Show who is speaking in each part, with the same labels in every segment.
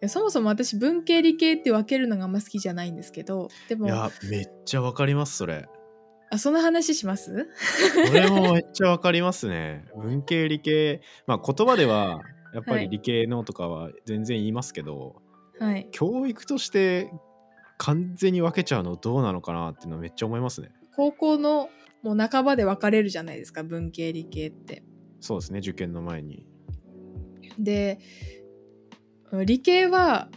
Speaker 1: やそもそも私文系理系って分けるのがあんま好きじゃないんですけどで
Speaker 2: い
Speaker 1: も
Speaker 2: やめっちゃわかりますそれ
Speaker 1: あその話します
Speaker 2: これもめっちゃわかりますね 文系理系まあ言葉ではやっぱ
Speaker 1: はい
Speaker 2: り理系のとかは全然言いますけど、
Speaker 1: はい
Speaker 2: 教育として完全に分けちゃうのどうなのかなっていうのめっちゃ思いますね
Speaker 1: 高校のもう半ばで分かれるじゃないですか文系理系って。
Speaker 2: そうですね受験の前に
Speaker 1: で理系は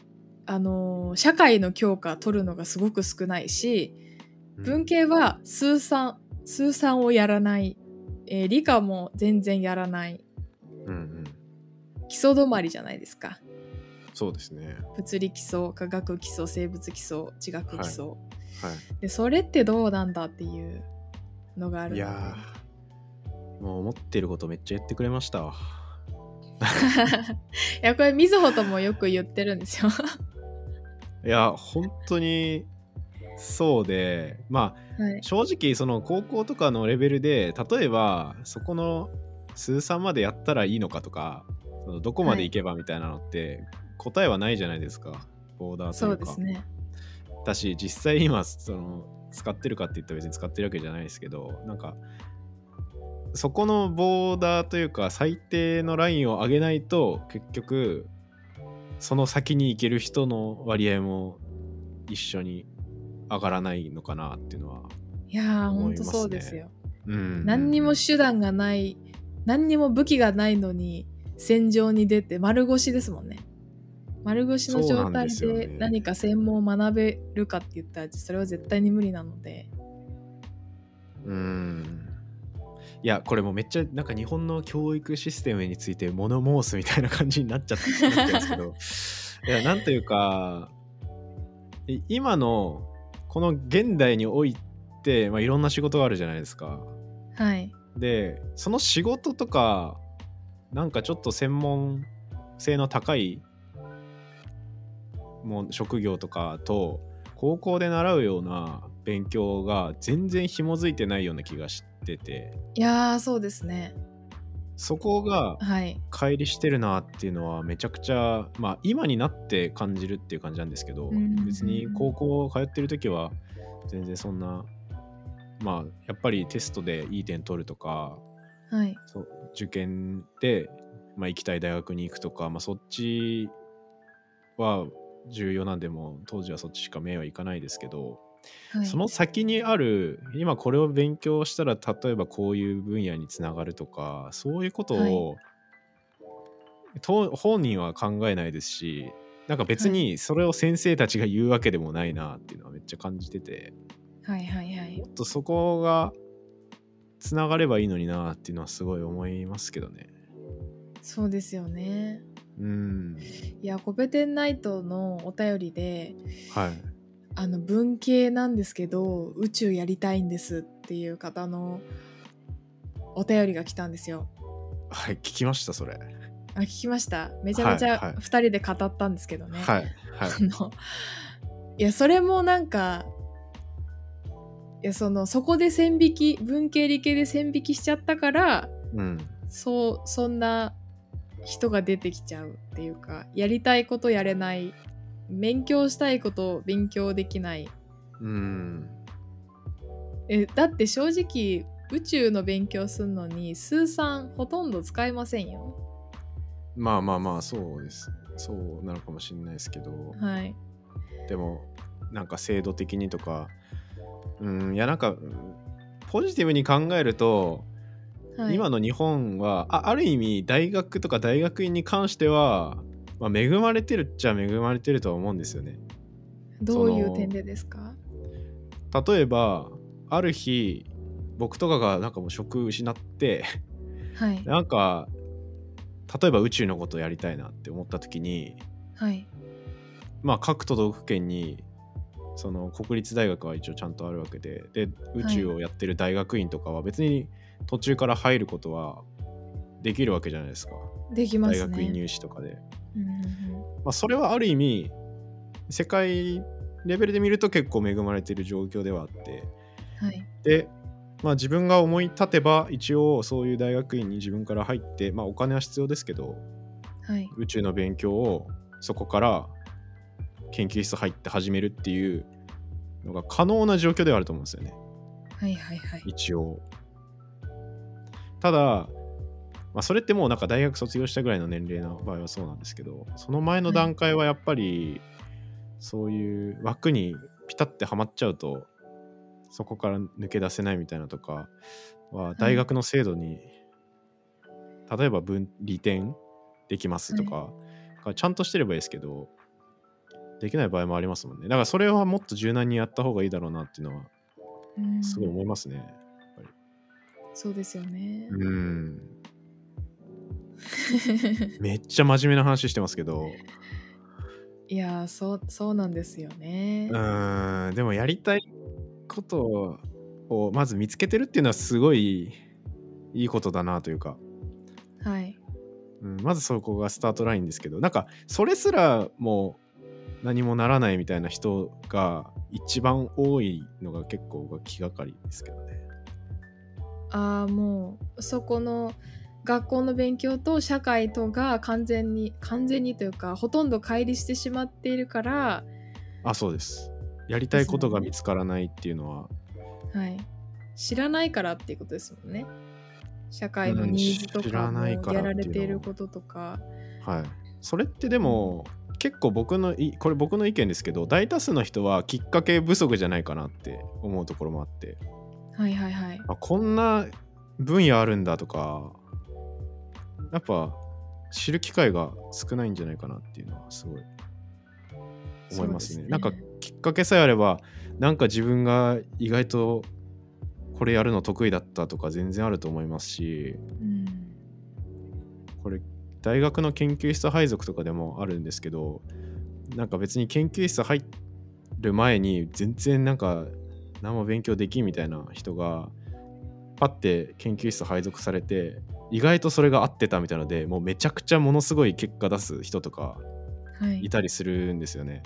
Speaker 1: あの社会の教科取るのがすごく少ないし
Speaker 2: うん
Speaker 1: 文系は数算数算をやらない、えー理科も全然やらない
Speaker 2: うんうん
Speaker 1: 基礎止まりじゃないですか
Speaker 2: そうですね
Speaker 1: 物理基礎化学基礎生物基礎地学基礎、
Speaker 2: はい
Speaker 1: でそれってどうなんだっていうのがあるの
Speaker 2: い
Speaker 1: で
Speaker 2: やーもう思ってることめっちゃ言ってくれましたわ
Speaker 1: いやこれみずほともよく言ってるんです よ
Speaker 2: いや本当にそうでまあ
Speaker 1: はい
Speaker 2: 正直その高校とかのレベルで例えばそこの数三までやったらいいのかとかそのどこまで行けばみたいなのって答えはないじゃないですか、ボーダーと
Speaker 1: そ
Speaker 2: いうう
Speaker 1: で
Speaker 2: か
Speaker 1: すね
Speaker 2: だし実際今その使ってるかって言ったら別に使ってるわけじゃないですけどなんかそこのボーダーというか最低のラインを上げないと結局その先に行ける人の割合も一緒に上がらないのかなっていうのは、
Speaker 1: いやー
Speaker 2: 思
Speaker 1: 本
Speaker 2: いま
Speaker 1: 当
Speaker 2: すね
Speaker 1: そうですよ
Speaker 2: うん
Speaker 1: 何にも手段がない何にも武器がないのに戦場に出て丸腰ですもんね丸腰の状
Speaker 2: そうなん
Speaker 1: 態
Speaker 2: ですよね
Speaker 1: で何か専門を学べるかって言ったらそれは絶対に無理なので
Speaker 2: うんいやこれもうめっちゃなんか日本の教育システムについて物申すみたいな感じになっちゃってなってるんで すけどいやなんというかい今のこの現代において、まあ、いろんな仕事があるじゃないですか。
Speaker 1: はい
Speaker 2: でその仕事とかなんかちょっと専門性の高いもう職業とかと高校で習うような勉強が全然紐づいてないような気がしてて
Speaker 1: いやーそうですね
Speaker 2: そこが
Speaker 1: はい
Speaker 2: 乖離してるなっていうのはめちゃくちゃまあ今になって感じるっていう感じなんですけど、
Speaker 1: うん
Speaker 2: 別に高校通ってる時は全然そんなまあやっぱりテストでいい点取るとか
Speaker 1: はい
Speaker 2: そう受験で、まあ、行きたい大学に行くとか、まあ、そっちは重要なんでもう当時はそっちしか目はいかないですけど、
Speaker 1: はい
Speaker 2: その先にある今これを勉強したら例えばこういう分野につながるとかそういうことを、と本人は考えないですしなんか別にそれを先生たちが言うわけでもないなっていうのはめっちゃ感じてて
Speaker 1: はいはいはい
Speaker 2: もっとそこがつながればいいのになっていうのはすごい思いますけどね。
Speaker 1: そうですよね
Speaker 2: うん
Speaker 1: いやコペテンナイトのお便りで
Speaker 2: はい
Speaker 1: あの文系なんですけど宇宙やりたいんですっていう方のお便りが来たんですよ
Speaker 2: はい聞きましたそれ、
Speaker 1: あ聞きましためちゃめち
Speaker 2: はいは
Speaker 1: ゃ
Speaker 2: い
Speaker 1: 2人で語ったんですけどね、
Speaker 2: はいはい
Speaker 1: あのいやそれもなんかいやそのそこで線引き文系理系で線引きしちゃったから
Speaker 2: うん
Speaker 1: そうそんな人が出てきちゃうっていうかやりたいことやれない勉強したいことを勉強できない
Speaker 2: うん
Speaker 1: えだって正直宇宙の勉強するのに数三ほとんど使えませんよ
Speaker 2: まあまあまあそうですそうなのかもしれないですけど、
Speaker 1: はい
Speaker 2: でもなんか制度的にとかうんいやなんかうんポジティブに考えると、
Speaker 1: はい
Speaker 2: 今の日本はあある意味大学とか大学院に関しては、まあ、恵まれてるっちゃ恵まれてるとは思うんですよね。
Speaker 1: どうい
Speaker 2: そうの
Speaker 1: 点でですか
Speaker 2: 例えばある日僕とかがなんかもう職失って
Speaker 1: はい
Speaker 2: なんか例えば宇宙のことをやりたいなって思った時に
Speaker 1: はい
Speaker 2: まあ、各都道府県にその国立大学は一応ちゃんとあるわけでで宇宙をやってる大学院とかは別に途中から入ることはできるわけじゃないですか
Speaker 1: できま
Speaker 2: 大
Speaker 1: す
Speaker 2: 学院
Speaker 1: ね
Speaker 2: 入試とかで、
Speaker 1: うんうん
Speaker 2: まあ、それはある意味世界レベルで見ると結構恵まれてる状況ではあって
Speaker 1: うんはい
Speaker 2: で、まあ、自分が思い立てば一応そういう大学院に自分から入って、まあ、お金は必要ですけど
Speaker 1: はい
Speaker 2: 宇宙の勉強をそこから研究室入って始めるっていうのが可能な状況ではあると思うんですよね
Speaker 1: はいはいはい。
Speaker 2: 一応ただ、まあ、それってもうなんか大学卒業したぐらいの年齢の場合はそうなんですけどその前の段階はやっぱりそういう枠にピタッてはまっちゃうとそこから抜け出せないみたいなとかは大学の制度に、例えば分離点できますとか、がちゃんとしてればいいですけどできない場合もありますもんねだからそれはもっと柔軟にやった方がいいだろうなっていうのは
Speaker 1: うん
Speaker 2: すごい思いますね。
Speaker 1: そうですよね。
Speaker 2: うん。めっちゃ真面目な話してますけど、
Speaker 1: いやーそうそうなんですよね
Speaker 2: う。ん、でもやりたいことをまず見つけてるっていうのはすごいいいことだなというか、
Speaker 1: はい。
Speaker 2: うん、まずそこがスタートラインですけど、なんかそれすらもう何もならないみたいな人が一番多いのが結構が気がかりですけどね。
Speaker 1: ああもうそこの学校の勉強と社会とが完全に完全にというかほとんど乖離してしまっているから、
Speaker 2: あ、そうです。やりたいことが見つからないっていうのは、
Speaker 1: はい、知らないからっていうことですもんね。社会のニーズと
Speaker 2: うん知
Speaker 1: からも
Speaker 2: な
Speaker 1: う
Speaker 2: いか
Speaker 1: や
Speaker 2: らっていうの
Speaker 1: ら
Speaker 2: は
Speaker 1: れていることとか。
Speaker 2: はい、それってでも、結構僕のいこれ僕の意見ですけど大多数の人はきっかけ不足じゃないかなって思うところもあって
Speaker 1: はいはいはい。
Speaker 2: あこんな分野あるんだとかやっぱ知る機会が少ないんじゃないかなっていうのはすごい思います
Speaker 1: そう
Speaker 2: ね
Speaker 1: で
Speaker 2: なんかきっかけさえあればなんか自分が意外とこれやるの得意だったとか全然あると思いますし
Speaker 1: うん
Speaker 2: これ大学の研究室配属とかでもあるんですけどなんか別に研究室入る前に全然なんか何も勉強できんみたいな人がパッて研究室配属されて意外とそれが合ってたみたいのでもうめちゃくちゃものすごい結果出す人とか
Speaker 1: はいい。
Speaker 2: たりするんですよね。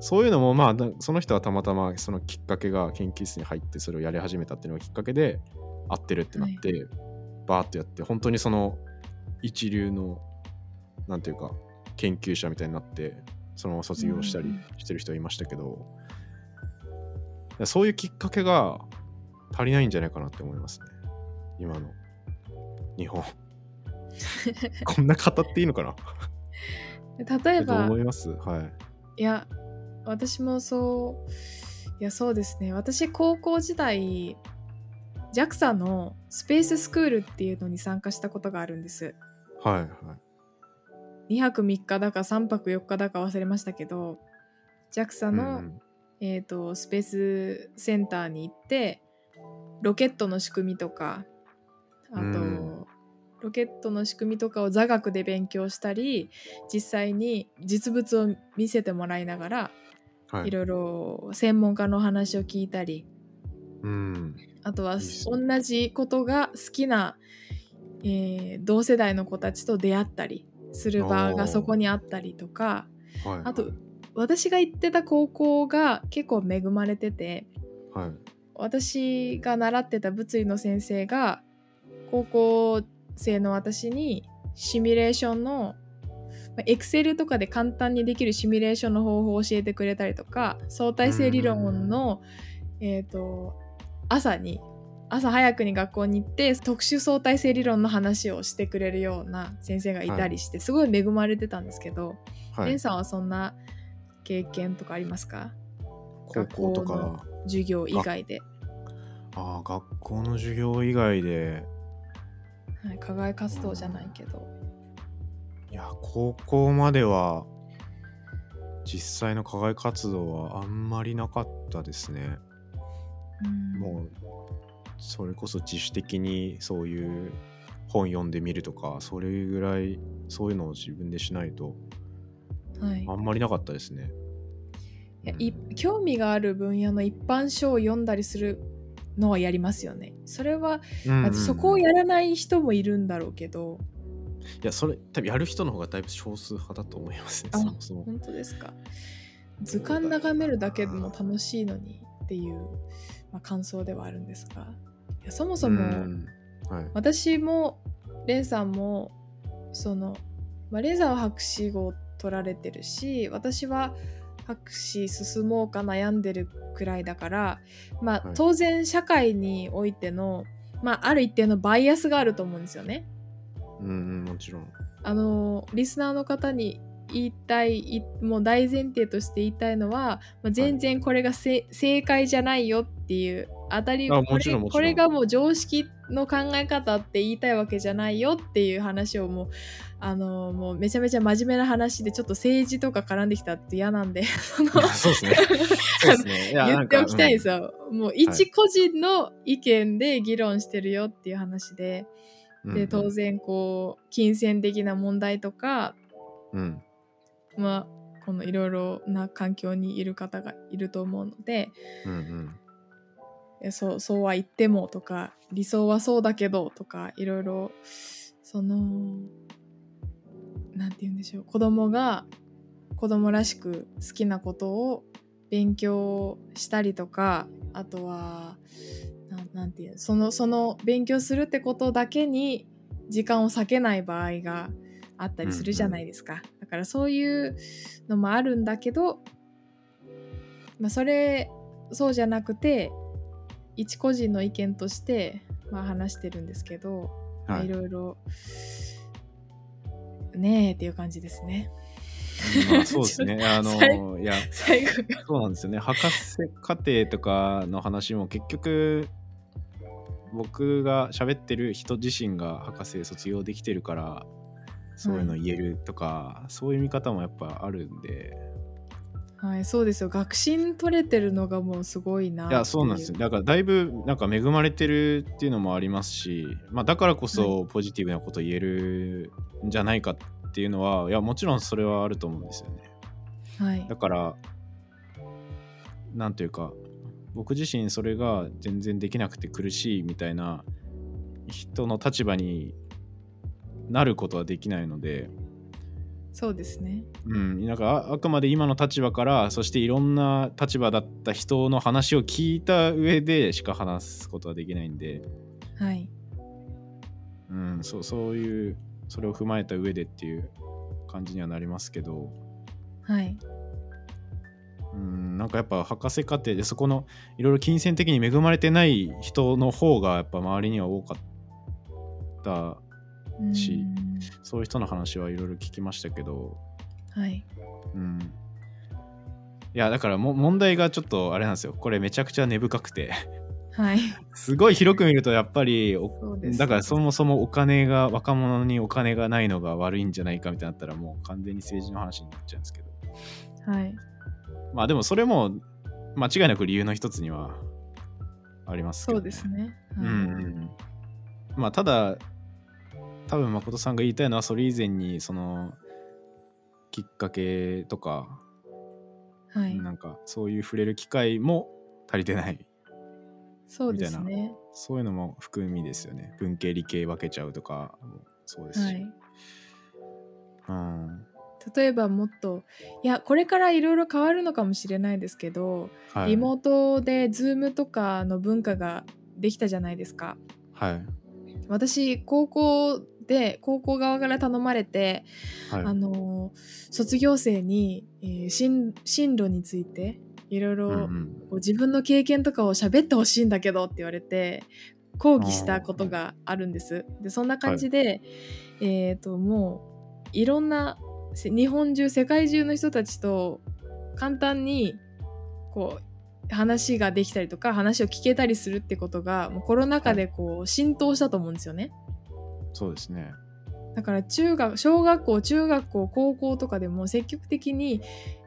Speaker 2: そういうのもまあなその人はたまたまそのきっかけが研究室に入ってそれをやり始めたっていうのがきっかけで合ってるってなって、バーッとやって本当にその一流のなんていうか研究者みたいになってそのまま卒業したりしてる人いましたけど、だからそういうきっかけが足りないんじゃないかなって思いますね今の 日本こんな語っていいのかな
Speaker 1: 例え
Speaker 2: と
Speaker 1: ば
Speaker 2: 思いますはい
Speaker 1: いや私もそういやそうですね私高校時代 JAXA のスペーススクールっていうのに参加したことがあるんです
Speaker 2: はいはい。
Speaker 1: 2泊3日だか3泊4日だか忘れましたけど JAXA の、
Speaker 2: うん
Speaker 1: えー、とスペースセンターに行ってロケットの仕組みとかあと、
Speaker 2: うん
Speaker 1: ロケットの仕組みとかを座学で勉強したり実際に実物を見せてもらいながら
Speaker 2: はい
Speaker 1: いろいろ専門家のお話を聞いたり
Speaker 2: うん。
Speaker 1: あとはい
Speaker 2: っすね
Speaker 1: 同じことが好きな、えー同世代の子たちと出会ったりする場
Speaker 2: おー
Speaker 1: がそこにあったりとか
Speaker 2: はい。
Speaker 1: あと私が行ってた高校が結構恵まれてて
Speaker 2: はい。
Speaker 1: 私が習ってた物理の先生が高校生の私にシミュレーションのエクセルとかで簡単にできるシミュレーションの方法を教えてくれたりとか相対性理論の、えー、と朝に朝早くに学校に行って特殊相対性理論の話をしてくれるような先生がいたりして、すごい恵まれてたんですけど、
Speaker 2: は
Speaker 1: レン
Speaker 2: い。
Speaker 1: さんはそんな経験とかありますか
Speaker 2: 高校と
Speaker 1: 学校の
Speaker 2: か、
Speaker 1: 授業以外で
Speaker 2: ああ、学校の授業以外で、
Speaker 1: はい、課外活動じゃないけど。
Speaker 2: いや、高校までは、実際の課外活動はあんまりなかったですね。もう、それこそ自主的にそういう本読んでみるとか、それぐらい、そういうのを自分でしないと、
Speaker 1: うん、はい、い
Speaker 2: あんまりなかったですね。
Speaker 1: やい興味がある分野の一般書を読んだりするのはやりますよね。それは、
Speaker 2: うんうん
Speaker 1: あそこをやらない人もいるんだろうけど、
Speaker 2: いや、それ、多分やる人の方がだいぶ少数派だと思いますね、
Speaker 1: あ
Speaker 2: そもそも。
Speaker 1: 本当ですか。図鑑眺めるだけでも楽しいのにっていう、まあ、感想ではあるんですが、いやそもそも、
Speaker 2: うんはい、
Speaker 1: 私もレンさんもその、まあ、レンさんは博士号取られてるし私は博士進もうか悩んでるくらいだから、まあ
Speaker 2: はい、
Speaker 1: 当然社会においての、まあ、ある一定のバイアスがあると思うんですよね。
Speaker 2: うんうんも ちろん
Speaker 1: あのリスナーの方に言いたいいもう大前提として言いたいのは、まあ、全然これがせ、正解じゃないよっていう当たり
Speaker 2: あ
Speaker 1: こ
Speaker 2: もち
Speaker 1: れ
Speaker 2: ろんもちろん
Speaker 1: これがもう常識の考え方って言いたいわけじゃないよっていう話をもうあのもうめちゃめちゃ真面目な話でちょっと政治とか絡んできたって嫌なんでその
Speaker 2: いやそ うですねそうですねいや
Speaker 1: 言っておきたいんです
Speaker 2: よ、
Speaker 1: よ、もう一個人の意見で議論してるよっていう話で、
Speaker 2: うん
Speaker 1: で当然こう金銭的な問題とか
Speaker 2: うん
Speaker 1: まあ、このいろいろな環境にいる方がいると思うので
Speaker 2: うんうん
Speaker 1: えそうそうは言ってもとか理想はそうだけどとかいろいろそのなんて言うんでしょう子供が子供らしく好きなことを勉強したりとかあとはななんていうそのその勉強するってことだけに時間を割けない場合があったりするじゃないですか、だからそういうのもあるんだけど、まあ、それそうじゃなくて一個人の意見として、まあ、話してるんですけど、まあ、
Speaker 2: はいい
Speaker 1: ろいろねえっていう感じです ね。
Speaker 2: まあ、そうで すねあのいや
Speaker 1: 最後が
Speaker 2: そうなんですよね博士課程とかの話も結局僕が喋ってる人自身が博士卒業できてるからそういうの言えるとか、そういう見方もやっぱあるんで
Speaker 1: はい、そうですよ。学信取れてるのがもうすごいなって
Speaker 2: い
Speaker 1: い。
Speaker 2: やそうなんですよ。だからだいぶなんか恵まれてるっていうのもありますし、まあ、だからこそポジティブなこと言えるんじゃないかっていうのは、いやもちろんそれはあると思うんですよね。
Speaker 1: はい
Speaker 2: だ。からなんというか僕自身それが全然できなくて苦しいみたいな人の立場になることはできないので、
Speaker 1: そうですね。
Speaker 2: うん、なんかああくまで今の立場からそしていろんな立場だった人の話を聞いた上でしか話すことはできないんで、
Speaker 1: はい。
Speaker 2: うん、そうそういうそれを踏まえた上でっていう感じにはなりますけど。
Speaker 1: はい。
Speaker 2: うんなんかやっぱ博士課程でそこのいろいろ金銭的に恵まれてない人の方がやっぱ周りには多かった
Speaker 1: うん
Speaker 2: しそういう人の話はいろいろ聞きましたけど、
Speaker 1: はい。
Speaker 2: うん、いやだからも問題がちょっとあれなんですよこれめちゃくちゃ根深くて
Speaker 1: はい。
Speaker 2: すごい広く見るとやっぱりお
Speaker 1: そうです。
Speaker 2: だからそもそもお金が若者にお金がないのが悪いんじゃないかみたいになったらもう完全に政治の話になっちゃうんですけど
Speaker 1: はい。
Speaker 2: まあでもそれも間違いなく理由の一つにはあります
Speaker 1: そ
Speaker 2: けど、
Speaker 1: うですね。
Speaker 2: う
Speaker 1: はい
Speaker 2: んうんうん。まあただ多分誠さんが言いたいのはそれ以前にそのきっかけとか、
Speaker 1: はい。
Speaker 2: なんかそういう触れる機会も足りてない
Speaker 1: そうですね。
Speaker 2: そういうのも含みですよね文系理系分けちゃうとかもそうですし、
Speaker 1: はい。
Speaker 2: うん
Speaker 1: 例えばもっといやこれからいろいろ変わるのかもしれないですけど、
Speaker 2: はい、
Speaker 1: リモートで Zoom とかの文化ができたじゃないですか。
Speaker 2: はい
Speaker 1: 私高校で高校側から頼まれて、
Speaker 2: はい
Speaker 1: あの卒業生に、えー進進路についていろいろ
Speaker 2: う
Speaker 1: こ
Speaker 2: んうん
Speaker 1: う自分の経験とかを喋ってほしいんだけどって言われて抗議したことがあるんです。でそんな感じで、えっ、ともういろんなせ日本中世界中の人たちと簡単にこう話ができたりとか話を聞けたりするってことがもうコロナ禍でこう浸透したと思うんですよね。
Speaker 2: そうですね
Speaker 1: だから中学小学校中学校高校とかでも積極的に、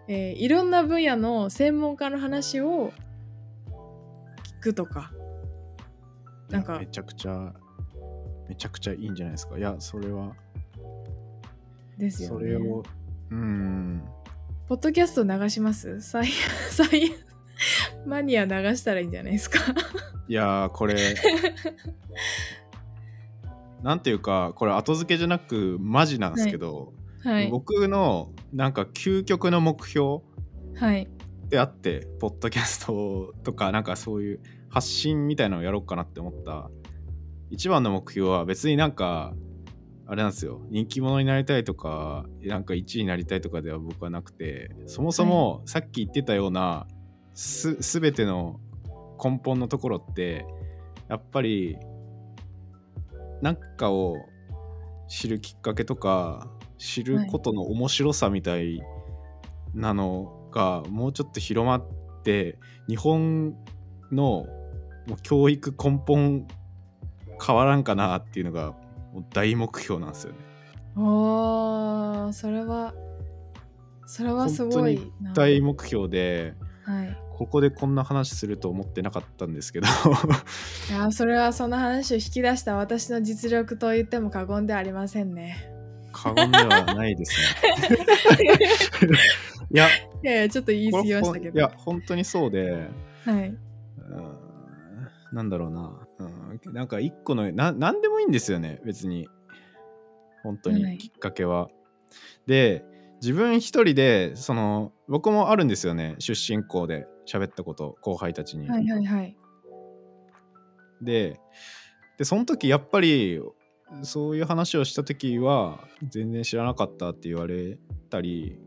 Speaker 1: えーいろんな分野の専門家の話を聞くとかなん
Speaker 2: いや
Speaker 1: か
Speaker 2: めちゃくちゃめちゃくちゃいいんじゃないですかいやそれは
Speaker 1: ですよ
Speaker 2: そ
Speaker 1: ね
Speaker 2: れ。をうん
Speaker 1: ポッドキャスト流しますサイ サイマニア流したらいいんじゃない ですか。
Speaker 2: いやー これなんていうかこれ後付けじゃなくマジなんですけど、
Speaker 1: はい、
Speaker 2: 僕のなんか究極の目標
Speaker 1: はい、
Speaker 2: であってポッドキャストとかなんかそういう発信みたいなのをやろうかなって思った一番の目標は別になんかあれなんですよ人気者になりたいとかなんか1位になりたいとかでは僕はなくてそもそもさっき言ってたようなす全ての根本のところってやっぱり何かを知るきっかけとか知ることの面白さみたいなのがもうちょっと広まって日本のもう教育根本変わらんかなっていうのがもう大目標なんですよね。
Speaker 1: おーそれはそれはすごいな
Speaker 2: 大目標で
Speaker 1: はい、
Speaker 2: ここでこんな話すると思ってなかったんで すけど
Speaker 1: いやーそれはその話を引き出した私の実力と言っても過言ではありません ね。
Speaker 2: 過言ではないですね。いや
Speaker 1: いやいやちょっと言い過
Speaker 2: こ
Speaker 1: ぎ
Speaker 2: れ
Speaker 1: まし
Speaker 2: ほん
Speaker 1: た
Speaker 2: い
Speaker 1: けど。
Speaker 2: や本当にそうで
Speaker 1: はい、
Speaker 2: うんなんだろうな、うん、なんか一個のな何でもいいんですよね別に本当
Speaker 1: はい
Speaker 2: にきっかけは、で自分一人でその僕もあるんですよね出身校で喋ったこと後輩たちに、
Speaker 1: はいはいはい。
Speaker 2: ででその時やっぱりそういう話をした時は全然知らなかったって言われたり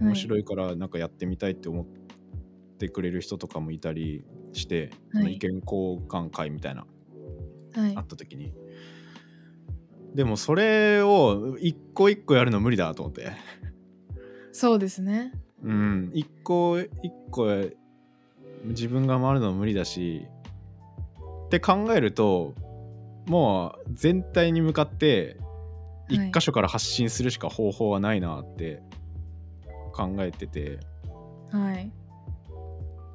Speaker 2: 面白
Speaker 1: い。
Speaker 2: いからなんかやってみたいって思ってくれる人とかもいたりして、
Speaker 1: はい
Speaker 2: その意見交換会みたいな
Speaker 1: はい
Speaker 2: あった時にでもそれを一個一個やるの無理だと思って
Speaker 1: そうですね。
Speaker 2: うん一個一個自分が回るの無理だしって考えるともう全体に向かって
Speaker 1: はい
Speaker 2: 一箇所から発信するしか方法はないなって考えてて、
Speaker 1: はい。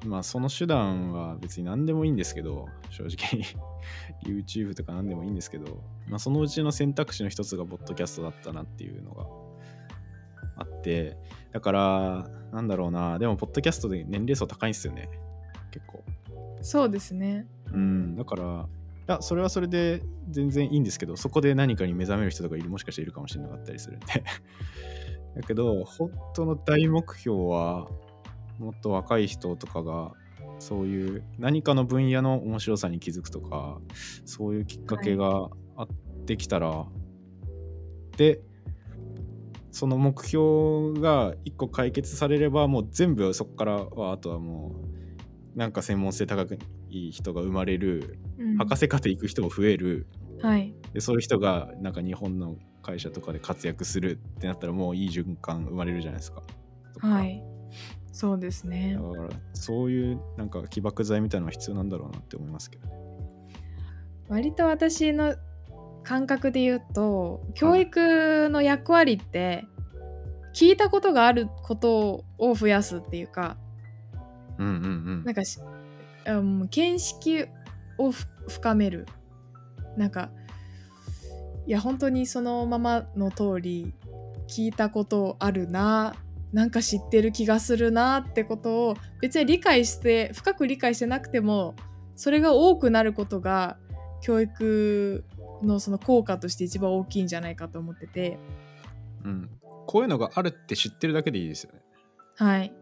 Speaker 2: まあその手段は別に何でもいいんですけど正直 YouTube とか何でもいいんですけど、まあ、そのうちの選択肢の一つがポッドキャストだったなっていうのがあってだからなんだろうなでもポッドキャストで年齢層高いんですよね結構
Speaker 1: そうですね。
Speaker 2: うんだからいやそれはそれで全然いいんですけどそこで何かに目覚める人とかいるもしかしているかもしれなかったりするんで だけど本当の大目標はもっと若い人とかがそういう何かの分野の面白さに気づくとかそういうきっかけがあってきたら、でその目標が一個解決されればもう全部そこからはあとはもうなんか専門性高い人が生まれる
Speaker 1: うん、
Speaker 2: 博士課程行く人も増える
Speaker 1: はい。
Speaker 2: でそういう人がなんか日本の会社とかで活躍するってなったらもういい循環生まれるじゃないですか。そっから
Speaker 1: はい。そうですね
Speaker 2: だ。からそういうなんか起爆剤みたいなのが必要なんだろうなって思いますけどね。
Speaker 1: 割と私の感覚で言うと教育の役割って聞いたことがあることを増やすっていうか
Speaker 2: うんう
Speaker 1: な
Speaker 2: んう
Speaker 1: ん
Speaker 2: ん。
Speaker 1: かし、うん、見識をふ深めるなんかいや本当にそのままの通り聞いたことあるななんか知ってる気がするなってことを別に理解して深く理解してなくてもそれが多くなることが教育のその効果として一番大きいんじゃないかと思ってて
Speaker 2: うん、こういうのがあるって知ってるだけでいいですよね。
Speaker 1: はい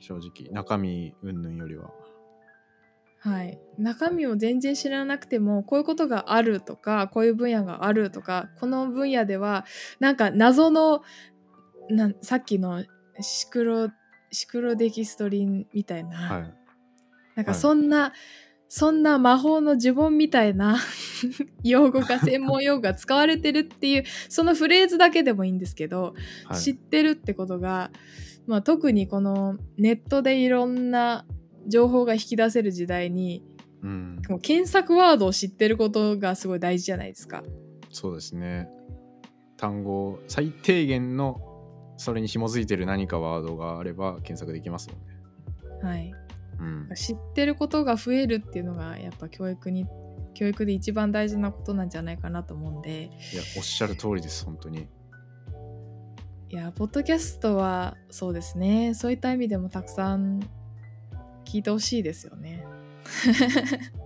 Speaker 2: 正直中身云々よりは。
Speaker 1: はい、中身を全然知らなくてもこういうことがあるとかこういう分野があるとかこの分野ではなんか謎のなんさっきのシクロシクロデキストリンみたいな、
Speaker 2: はい。
Speaker 1: なんか
Speaker 2: はい
Speaker 1: そんな、そんな魔法の呪文みたいな 用語が専門用語が使われてるっていうそのフレーズだけでもいいんですけど、
Speaker 2: はい、
Speaker 1: 知ってるってことが、まあ、特にこのネットでいろんな情報が引き出せる時代に
Speaker 2: うん、
Speaker 1: もう検索ワードを知ってることがすごい大事じゃないですか。
Speaker 2: そうですね。単語最低限のそれに紐づいてる何かワードがあれば検索できますもんね。
Speaker 1: はい、
Speaker 2: うん、
Speaker 1: 知ってることが増えるっていうのがやっぱ教育に教育で一番大事なことなんじゃないかなと思うんで
Speaker 2: いやおっしゃる通りです本当に。
Speaker 1: いやポッドキャストはそうですねそういった意味でもたくさん聞いてほしいですよね。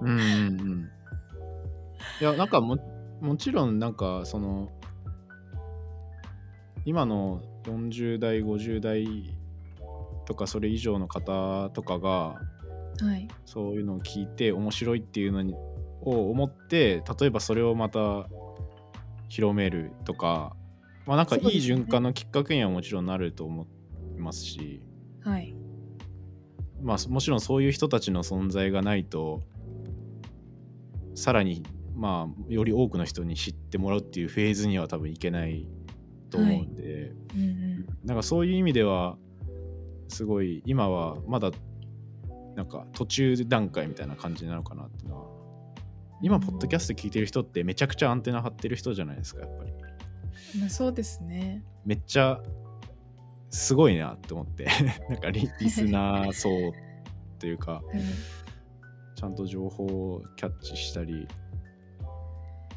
Speaker 2: うんうんうん。いやなんかももちろんなんかその今の40代50代とかそれ以上の方とかが
Speaker 1: はい、
Speaker 2: そういうのを聞いて面白いっていうのにを思って例えばそれをまた広めるとか、まあ、なんかいい
Speaker 1: そうですね
Speaker 2: 循環のきっかけにはもちろんなると思いますし、
Speaker 1: はい
Speaker 2: まあ、もちろんそういう人たちの存在がないとさらに、まあ、より多くの人に知ってもらうっていうフェーズには多分いけないと思うんで。
Speaker 1: うんうん
Speaker 2: なんかそういう意味ではすごい今はまだなんか途中段階みたいな感じなのかなっていうのは今ポッドキャスト聞いてる人ってめちゃくちゃアンテナ張ってる人じゃないですかやっぱり
Speaker 1: まあ、そうですね
Speaker 2: めっちゃすごいなって思って なんかリリスナー層というか
Speaker 1: はい
Speaker 2: ちゃんと情報をキャッチしたり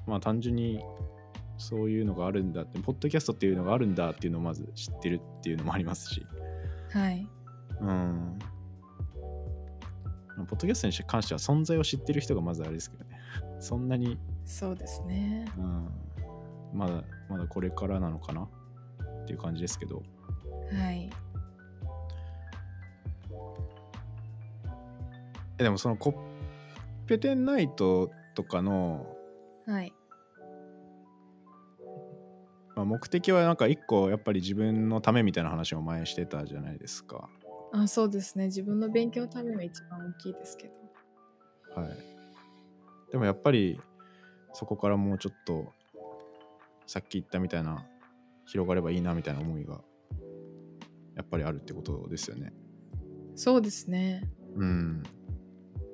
Speaker 2: まあ単純にそういうのがあるんだってポッドキャストっていうのがあるんだっていうのをまず知ってるっていうのもありますし
Speaker 1: はい
Speaker 2: うん。ポッドキャストに関しては存在を知ってる人がまずあれですけどね。そんなに、
Speaker 1: そうですね
Speaker 2: うん、まだ、まだこれからなのかなっていう感じですけど。
Speaker 1: はい
Speaker 2: えでもそのコッペテンナイトとかの、
Speaker 1: はい
Speaker 2: まあ、目的はなんか一個やっぱり自分のためみたいな話を前してたじゃないですか。
Speaker 1: あそうですね自分の勉強のためが一番大きいですけど
Speaker 2: はい。でもやっぱりそこからもうちょっとさっき言ったみたいな広がればいいなみたいな思いがやっぱりあるってことですよね。
Speaker 1: そうですね
Speaker 2: うん。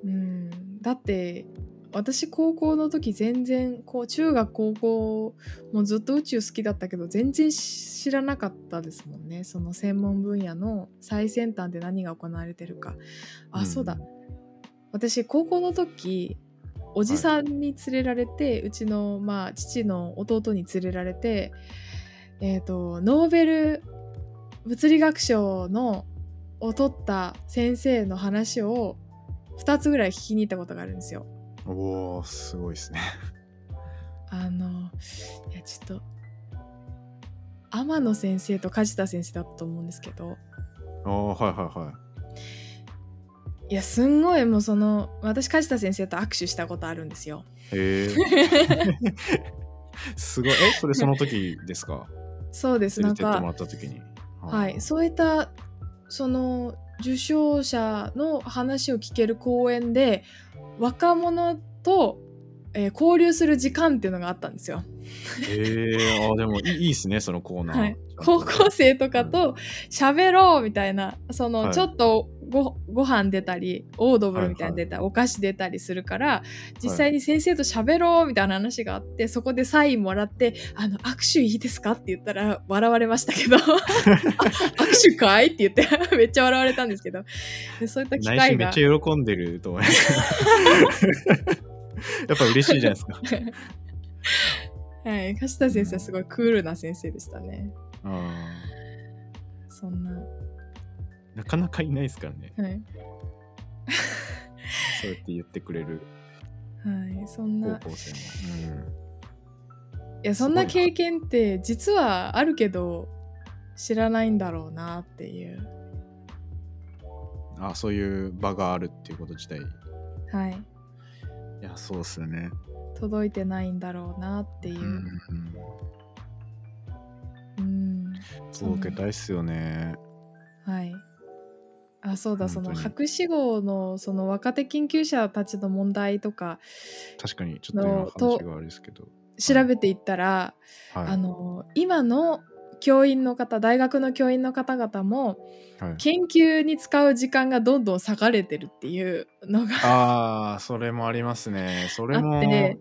Speaker 1: うんだって私高校の時全然こう中学高校もずっと宇宙好きだったけど全然し知らなかったですもんねその専門分野の最先端で何が行われてるかあ、
Speaker 2: うん
Speaker 1: そうだ私高校の時おじさんに連れられて、うちの、まあ、父の弟に連れられて、えー、とノーベル物理学賞のを取った先生の話を2つぐらい聞きに行ったことがあるんですよ。
Speaker 2: おおすごいですね。
Speaker 1: あのいやちょっと天野先生と梶田先生だったと思うんですけど
Speaker 2: ああはいはいはい。
Speaker 1: いやすんごいもうその私梶田先生と握手したことあるんですよ。
Speaker 2: へ え。すごい。えそれその時ですか
Speaker 1: そうですな
Speaker 2: 連れ
Speaker 1: ん
Speaker 2: てって
Speaker 1: か
Speaker 2: もらった時に。
Speaker 1: はい、そういったその受賞者の話を聞ける講演で若者と、えー交流する時間っていうのがあったんですよ。
Speaker 2: へえ。あーでもいいいいですねそのコーナー。
Speaker 1: はい、高校生とかと喋ろうみたいなその、
Speaker 2: はい
Speaker 1: ちょっとごご飯出たりオードブルみたいなの出たり、お菓子出たりするから実際に先生と喋ろうみたいな話があってそこでサインもらって「あの握手いいですか?」って言ったら笑われました けど握手かいって言 ってめっちゃ笑われたんですけどでそういった機
Speaker 2: 内
Speaker 1: 会
Speaker 2: 心めっ
Speaker 1: が
Speaker 2: ちゃ喜んでると思います。 やっぱ嬉しいじゃないですか。
Speaker 1: はい、梶田先生はすごいクールな先生でしたね。
Speaker 2: あ
Speaker 1: そんな、
Speaker 2: ーなかなかいないですからね。
Speaker 1: はい
Speaker 2: そうやって言ってくれる
Speaker 1: はい、そんな
Speaker 2: 高校生も。
Speaker 1: いや
Speaker 2: すご
Speaker 1: そ
Speaker 2: い
Speaker 1: ん
Speaker 2: な
Speaker 1: な経験って実はあるけど知らないんだろうなっていう
Speaker 2: うんあそういう場があるっていうこと自体。い
Speaker 1: はい
Speaker 2: や、そうですよね。
Speaker 1: 届いてないんだろうなっていうう、
Speaker 2: んうん
Speaker 1: うん
Speaker 2: 届けたいっすよね。
Speaker 1: はいあそうだそ
Speaker 2: 本当
Speaker 1: の
Speaker 2: に
Speaker 1: 博士号のその若手研究者たちの問題とか
Speaker 2: 確かに、ちょっと今
Speaker 1: の
Speaker 2: 話があれですけど。
Speaker 1: 調べていったら、あ
Speaker 2: は
Speaker 1: の今の教員の方大学の教員の方々も
Speaker 2: い。はい、
Speaker 1: 研究に使う時間がどんどん割かれてるっていうのが
Speaker 2: ああ、それもありますね。それ
Speaker 1: あ
Speaker 2: も
Speaker 1: って、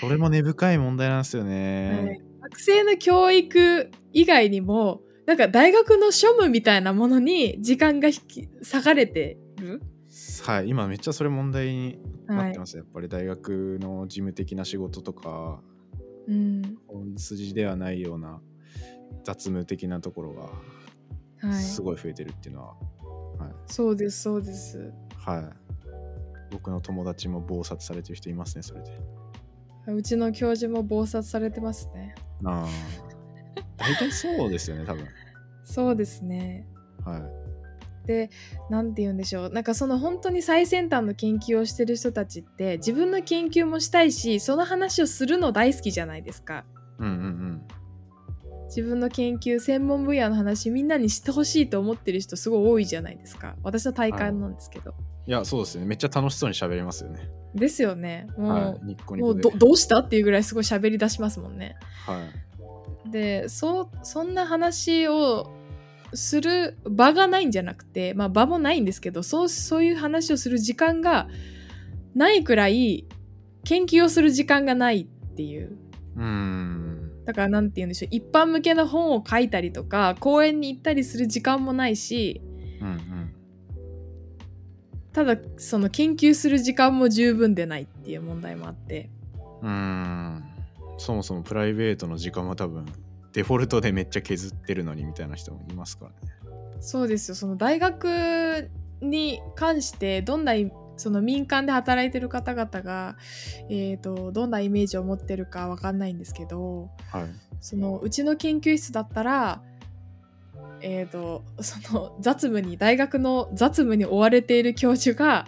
Speaker 2: それも根深い問題なんですよね。
Speaker 1: 学生の教育以外にもなんか大学の庶務みたいなものに時間が引き割かれてる、
Speaker 2: はい、今めっちゃそれ問題にな
Speaker 1: は
Speaker 2: って
Speaker 1: い
Speaker 2: ます、やっぱり大学の事務的な仕事とか
Speaker 1: うん
Speaker 2: 本筋ではないような雑務的なところ
Speaker 1: は
Speaker 2: が
Speaker 1: い、
Speaker 2: すごい増えてるっていうのは、はい
Speaker 1: そうですそうです
Speaker 2: はい僕の友達も暴殺されてる人いますねそれで
Speaker 1: うちの教授も暴殺されてますね
Speaker 2: ああ大体そうですよね多分
Speaker 1: そうですね
Speaker 2: はい
Speaker 1: で何て言うんでしょうなんかその本当に最先端の研究をしてる人たちって自分の研究もしたいしその話をするの大好きじゃないですか
Speaker 2: うんうん
Speaker 1: 自分の研究専門分野の話みんなにしてほしいと思ってる人すごい多いじゃないですか私の体感なんですけど、
Speaker 2: いやそうですよねめっちゃ楽しそうに喋りますよね
Speaker 1: ですよねもう,、
Speaker 2: はいニッコニ
Speaker 1: も
Speaker 2: コ
Speaker 1: う
Speaker 2: で
Speaker 1: どどうしたっていうぐらいすごい喋り出しますもんね
Speaker 2: はい
Speaker 1: でそうそんな話をする場がないんじゃなくて、まあ、場もないんですけどそうそういう話をする時間がないくらい研究をする時間がないっていう
Speaker 2: うーん
Speaker 1: だから何て言うんでしょう一般向けの本を書いたりとか講演に行ったりする時間もないし
Speaker 2: うんうん
Speaker 1: ただその研究する時間も十分でないっていう問題もあって
Speaker 2: うーんそもそもプライベートの時間は多分デフォルトでめっちゃ削ってるのにみたいな人もいますからね
Speaker 1: そうですよその大学に関してどんなその民間で働いてる方々が、えー、とどんなイメージを持ってるかわかんないんですけど
Speaker 2: はい
Speaker 1: そのうちの研究室だったら、えー、とその雑務に大学の雑務に追われている教授が、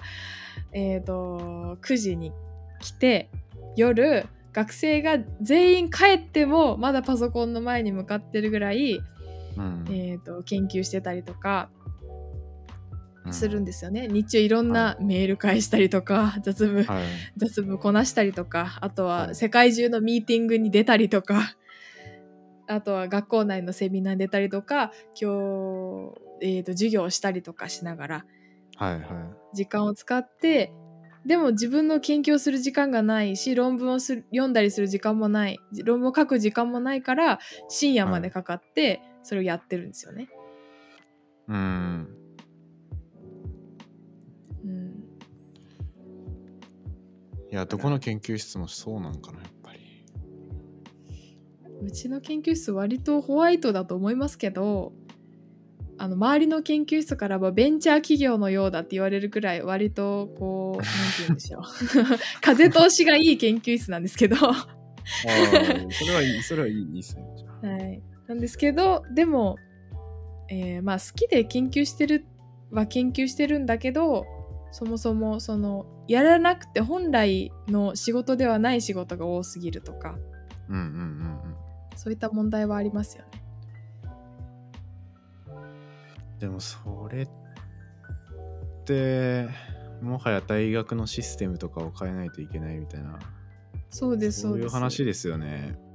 Speaker 1: えー、と9時に来て夜学生が全員帰ってもまだパソコンの前に向かってるぐらい、
Speaker 2: うん
Speaker 1: えー、と研究してたりとか
Speaker 2: うん
Speaker 1: するんですよね、日中いろんなメール返したりとか、雑務、
Speaker 2: はい
Speaker 1: 雑務こなしたりとかあと
Speaker 2: は
Speaker 1: はい世界中のミーティングに出たりとかあとは学校内のセミナーに出たりとか今日、えー、と授業をしたりとかしながら
Speaker 2: はいはい
Speaker 1: 時間を使ってでも自分の研究をする時間がないし論文をする読んだりする時間もない論文を書く時間もないから深夜までかかってそれをやってるんですよね。
Speaker 2: うん
Speaker 1: うん
Speaker 2: いやどこの研究室もそうなんかなやっ ぱり
Speaker 1: うちの研究室割とホワイトだと思いますけどあの周りの研究室からはベンチャー企業のようだって言われるくらい割とこうなんて言うんでし ょう風通しがいい研究室なんですけど、は
Speaker 2: あーそれはいいそれはいいいいですねじゃあ
Speaker 1: い、なんですけどでも、えーまあ好きで研究してるは研究してるんだけどそもそもそのやらなくて本来の仕事ではない仕事が多すぎるとか
Speaker 2: うんうんうんうん
Speaker 1: そういった問題はありますよね。
Speaker 2: でもそれってもはや大学のシステムとかを変えないといけないみたいな
Speaker 1: そうです
Speaker 2: そういう
Speaker 1: です
Speaker 2: 話ですよね。